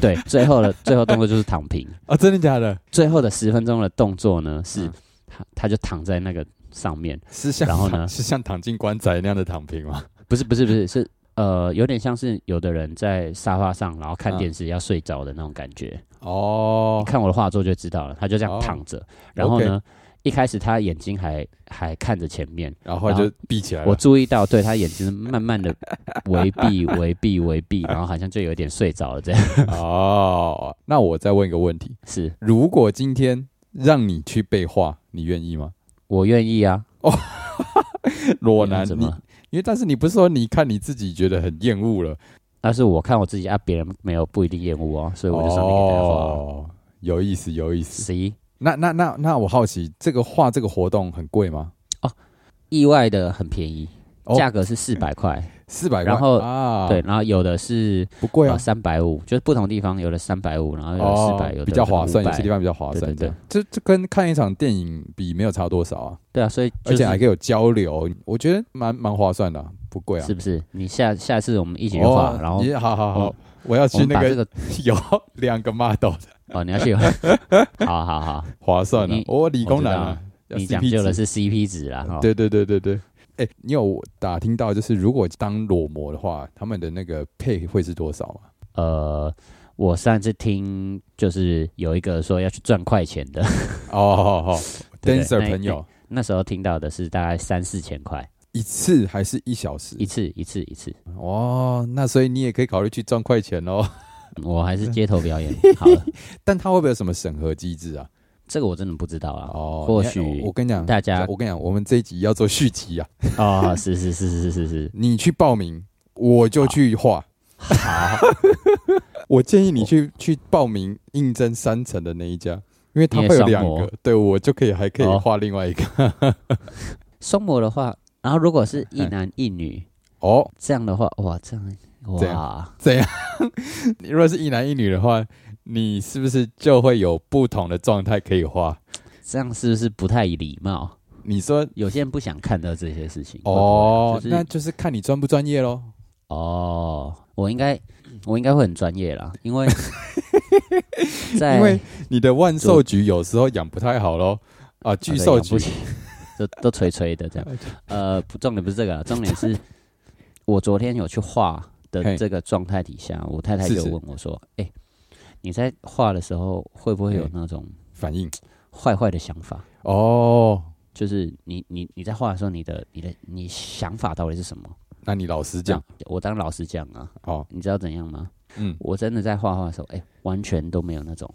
Speaker 1: 对，最后的最后动作就是躺平，
Speaker 2: 啊，真的假的？
Speaker 1: 最后的十分钟的动作呢是、
Speaker 2: 嗯
Speaker 1: 他他就躺在那个上面，
Speaker 2: 是像
Speaker 1: 然后呢
Speaker 2: 躺是像躺进棺材那样的躺平吗？
Speaker 1: 不是不是不是是。呃，有点像是有的人在沙发上，然后看
Speaker 2: 嗯
Speaker 1: 电视要睡着的那种感觉。
Speaker 2: 哦，
Speaker 1: 看我的画作就知道了，他就这样
Speaker 2: 哦
Speaker 1: 躺着，然后呢，一开始他眼睛还还看着前面，
Speaker 2: 然后就闭起来了。
Speaker 1: 我注意到，对他眼睛慢慢 的微闭、微闭、微闭，然后好像就有点睡着了这样。
Speaker 2: 哦，那我再问一个问题：
Speaker 1: 是
Speaker 2: 如果今天让你去被画，你愿意吗？
Speaker 1: 我愿意啊，
Speaker 2: 裸
Speaker 1: 那
Speaker 2: 男，
Speaker 1: 怎
Speaker 2: 你
Speaker 1: 么？
Speaker 2: 因为但是你不是说你看你自己觉得很厌恶了，
Speaker 1: 但是我看我自己啊，别人没有不一定厌恶哦，所以我就上去给大家画。
Speaker 2: 哦，有意思，有意思。
Speaker 1: C
Speaker 2: 那那那那我好奇，这个画这个活动很贵吗？
Speaker 1: 意外的很便宜
Speaker 2: 哦，
Speaker 1: 价格是四百块，
Speaker 2: 四百块，
Speaker 1: 然后
Speaker 2: 啊，
Speaker 1: 对，，然后有的是呃
Speaker 2: 不贵啊，哦
Speaker 1: 三百五，就是不同地方有的三百五，然后有的哦四百，有的
Speaker 2: 比较划算，
Speaker 1: 500
Speaker 2: 有些地方比较划
Speaker 1: 对对
Speaker 2: 算，这
Speaker 1: 对
Speaker 2: 样，这这跟看一场电影比没有差多少啊，
Speaker 1: 对啊，所以就
Speaker 2: 而且
Speaker 1: 是
Speaker 2: 还可以有交流，我觉得蛮蛮划算的啊，不贵啊
Speaker 1: 是。不是？你下下次我们一起去画，
Speaker 2: 哦，
Speaker 1: 然后
Speaker 2: 你好好好
Speaker 1: 我，
Speaker 2: 我要
Speaker 1: 我
Speaker 2: 去
Speaker 1: 们
Speaker 2: 那
Speaker 1: 把这
Speaker 2: 个
Speaker 1: 个
Speaker 2: 有两个 model 的，
Speaker 1: 哦，你要 去，好好好，
Speaker 2: 划算啊
Speaker 1: 你，
Speaker 2: 我理工男
Speaker 1: 我知
Speaker 2: 啊，要
Speaker 1: 你
Speaker 2: CP
Speaker 1: 讲究的
Speaker 2: 值
Speaker 1: 是哦 CP 值啦，哈，
Speaker 2: 对对对对对。哎、你有打听到就是如果当裸模的话，他们的那个配会是多少吗？
Speaker 1: 呃，我上次听就是有一个说要去赚快钱的，
Speaker 2: 哦，好好
Speaker 1: 对对
Speaker 2: ，dancer
Speaker 1: 那
Speaker 2: 朋友
Speaker 1: 那时候听到的是大概三四千块
Speaker 2: 一次还是一小时
Speaker 1: 一？次一次一次，
Speaker 2: 哦，那所以你也可以考虑去赚快钱哦。
Speaker 1: 我还是街头表演好了，
Speaker 2: 但他会不会有什么审核机制啊？
Speaker 1: 这个我真的不知道啊，
Speaker 2: 哦，
Speaker 1: 或
Speaker 2: 你看
Speaker 1: 许
Speaker 2: 我跟你讲，
Speaker 1: 大家
Speaker 2: 我跟你讲，我们这一集要做续集啊，
Speaker 1: 哦，是是是是是是，
Speaker 2: 你去报名，我就去画。
Speaker 1: 好，
Speaker 2: 我建议你去去报名应征三层的那一家，因为他
Speaker 1: 你也
Speaker 2: 会有
Speaker 1: 上
Speaker 2: 两
Speaker 1: 模
Speaker 2: 个，对我就可以还可以
Speaker 1: 哦
Speaker 2: 画另外一个。
Speaker 1: 双模的话，然后如果是一男一女
Speaker 2: 哦，
Speaker 1: 这样的话，哇，这样
Speaker 2: 这样
Speaker 1: 哇。
Speaker 2: 你如果是一男一女的话，你是不是就会有不同的状态可以画？
Speaker 1: 这样是不是不太礼貌？
Speaker 2: 你说
Speaker 1: 有些人不想看到这些事情。
Speaker 2: 哦，
Speaker 1: 会不会啊
Speaker 2: 那
Speaker 1: 就是
Speaker 2: 就是看你专不专业喽。
Speaker 1: 哦，我应该我应该会很专业啦，因 为在
Speaker 2: 因为你的万寿菊有时候养不太好喽，啊，巨
Speaker 1: 兽
Speaker 2: 兽
Speaker 1: 不
Speaker 2: 菊
Speaker 1: 行，都都垂垂的 这样。呃，不，重点不是这个啊，重点是我昨天有去画的
Speaker 2: 嘿
Speaker 1: 这个状态底下，我太太
Speaker 2: 是
Speaker 1: 就是问我说：“哎、你在画的时候会不会有
Speaker 2: 嘿
Speaker 1: 那种
Speaker 2: 反应
Speaker 1: 坏坏的想法？”
Speaker 2: 哦。
Speaker 1: 就是你你你在画的时候，你的你的你想法到底是什么？
Speaker 2: 那你老实讲，
Speaker 1: 我当老师讲啊，
Speaker 2: 哦，
Speaker 1: 你知道怎样吗？
Speaker 2: 嗯，
Speaker 1: 我真的在画画的时候，哎、完全都没有那种。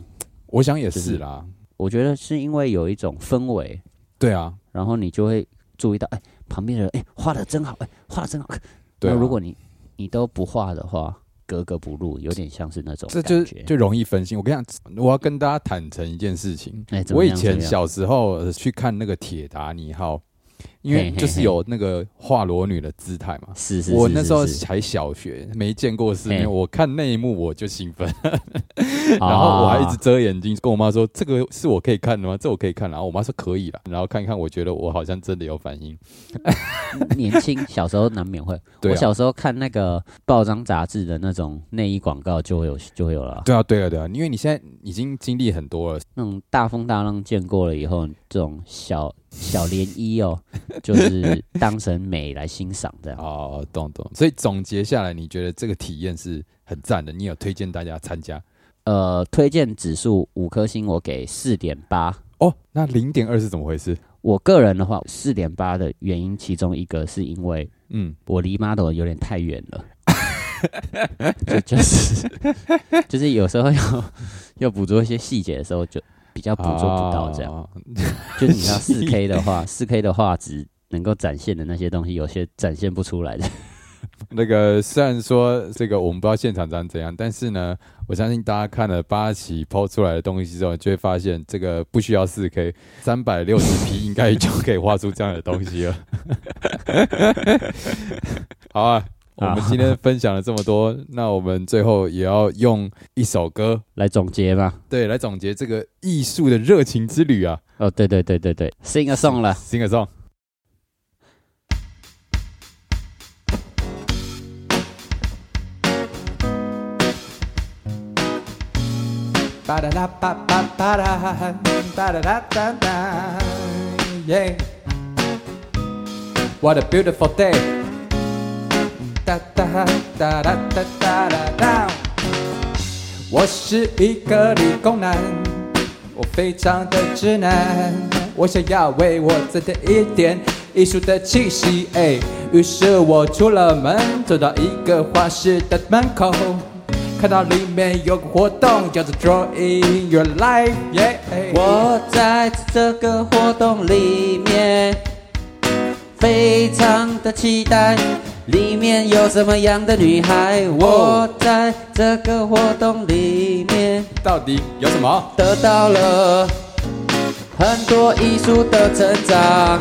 Speaker 2: 我想也
Speaker 1: 就是
Speaker 2: 是啦，
Speaker 1: 我觉得是因为有一种氛围，
Speaker 2: 对啊，
Speaker 1: 然后你就会注意到，哎、旁边的人，哎、画的真好，哎、画的真好。
Speaker 2: 对啊。
Speaker 1: 那如果你你都不画的话，格格不入，有点像是那种
Speaker 2: 这
Speaker 1: 感
Speaker 2: 就
Speaker 1: 觉。
Speaker 2: 就容易分心。我跟你讲，我要跟大家坦诚一件事情，
Speaker 1: 哎怎么
Speaker 2: 我以
Speaker 1: 样
Speaker 2: 前
Speaker 1: 怎么样
Speaker 2: 小时候呃去看那个《铁达尼号》，因
Speaker 1: 嘿
Speaker 2: 为
Speaker 1: 嘿
Speaker 2: 就是
Speaker 1: 嘿
Speaker 2: 有那个画裸女的姿态嘛，
Speaker 1: 是是是
Speaker 2: 我那时候
Speaker 1: 是是
Speaker 2: 才小学，没见过世
Speaker 1: 嘿
Speaker 2: 面，我看那一幕我就兴奋，
Speaker 1: 然
Speaker 2: 然后我还一直遮眼睛，跟我妈说：“这个是我可以看的吗？这我可以看。”然后我妈说：“可以了。”然后看一看，我觉得我好像真的有反应。
Speaker 1: 啊年轻，小时候难免会。
Speaker 2: 对
Speaker 1: 我
Speaker 2: 啊，
Speaker 1: 小时候看那个报章杂志的那种内衣广告，就会有就会有了。
Speaker 2: 对啊，对啊，对啊，因为你现在已经经历很多了，
Speaker 1: 那种大风大浪见过了以后，这种小小涟漪哦， 就是当成美来欣赏这样。
Speaker 2: 哦，懂懂。所以总结下来，你觉得这个体验是很赞的，你有推荐大家参加
Speaker 1: 呃，推荐指数五颗星，我给四点八。
Speaker 2: 哦？那零点二是怎么回事？
Speaker 1: 我个人的话，四点八的原因，其中一个是因为
Speaker 2: 嗯，
Speaker 1: 我离 model 有点太远了， 就就是就是有时候要 要捕捉一些细节的时候，就比较啊捕捉不到这样。
Speaker 2: 啊
Speaker 1: 就是你知道四 K 的话，四 K 的画质能够展现的那些东西，有些展现不出来的。那个虽然说这个我们不知道现场长怎样，但是呢，我相信大家看了八喜抛出来的东西之后，就会发现这个不需要四 K，三百六十 P 应该就可以画出这样的东 西了。好啊，我们今天分享了这么多，那我们最后也要用一首歌
Speaker 3: 来总结嘛。
Speaker 1: 对来总结这个艺术的热情之旅啊。
Speaker 3: 哦，对对对对对，sing a song 了。
Speaker 1: ，sing a song。
Speaker 2: Ba-da-da-ba-ba-ba-da, ba-da-da-da-da, yeah. What a beautiful day. Da da da da da da da da. 我是一个理工男，我非常的直男，我想要为我增添一点艺术的气息。哎，于是我出了门，走到一个画室的门口，看到里面有个活动，叫做 Drawing Your Life。耶，哎
Speaker 3: 我在这个活动里面非常的期待，里面有什么样的女孩？我在这个活动里面
Speaker 1: 到底有什么？
Speaker 3: 得到了很多艺术的成长。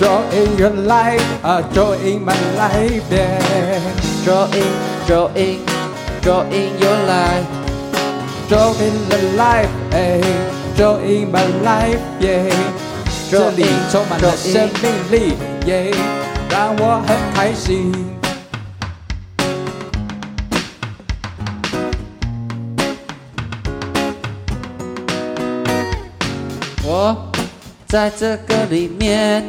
Speaker 2: Drawing your life, 啊、d r a w i n g my life, yeah.
Speaker 3: Drawing, drawing, drawing your life.
Speaker 2: Drawing the life, 哎，Drawing my life, yeah. 这
Speaker 3: Drawing,
Speaker 2: 里充满了
Speaker 3: drawing
Speaker 2: 生命力，耶、让我很开心。
Speaker 3: 我在这个里面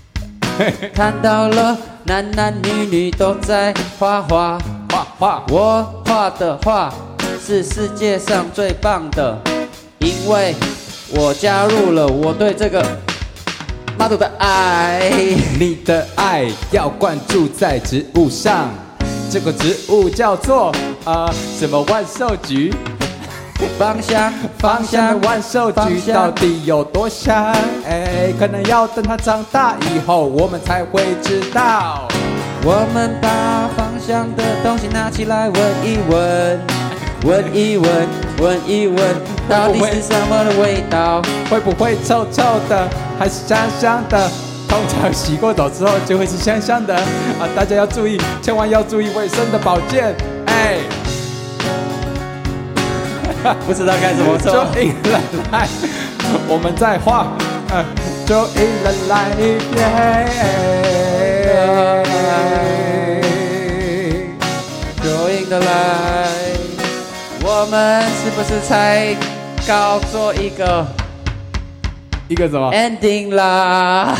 Speaker 3: 看到了男男女女都在画画，
Speaker 2: 画画，
Speaker 3: 我画的画是世界上最棒的，因为我加入了我对这个妈祖的爱。
Speaker 2: 你的爱要灌注在植物上，这个植物叫做呃什么万寿菊？
Speaker 3: 芳香，
Speaker 2: 芳
Speaker 3: 芳
Speaker 2: 香
Speaker 3: 香，
Speaker 2: 的万寿
Speaker 3: 芳
Speaker 2: 菊
Speaker 3: 香
Speaker 2: 到底有多香？哎，可能要等它长大以后，我们才会知道。
Speaker 3: 我们把芳香的东西拿起来闻一闻，闻一闻，闻一闻，到底是什么的味道？
Speaker 2: 会不会臭臭的，还是香香的？通常洗过澡之后就会是香香的啊！大家要注意，千万要注意卫生的保健。哎，
Speaker 3: 不知道该怎么
Speaker 2: 就
Speaker 3: 做。
Speaker 2: 赢了来，我们在画，呃，就赢了来耶。
Speaker 3: Drawing the line，我们是不是才搞做一个
Speaker 2: 一个什么？
Speaker 3: ending 啦？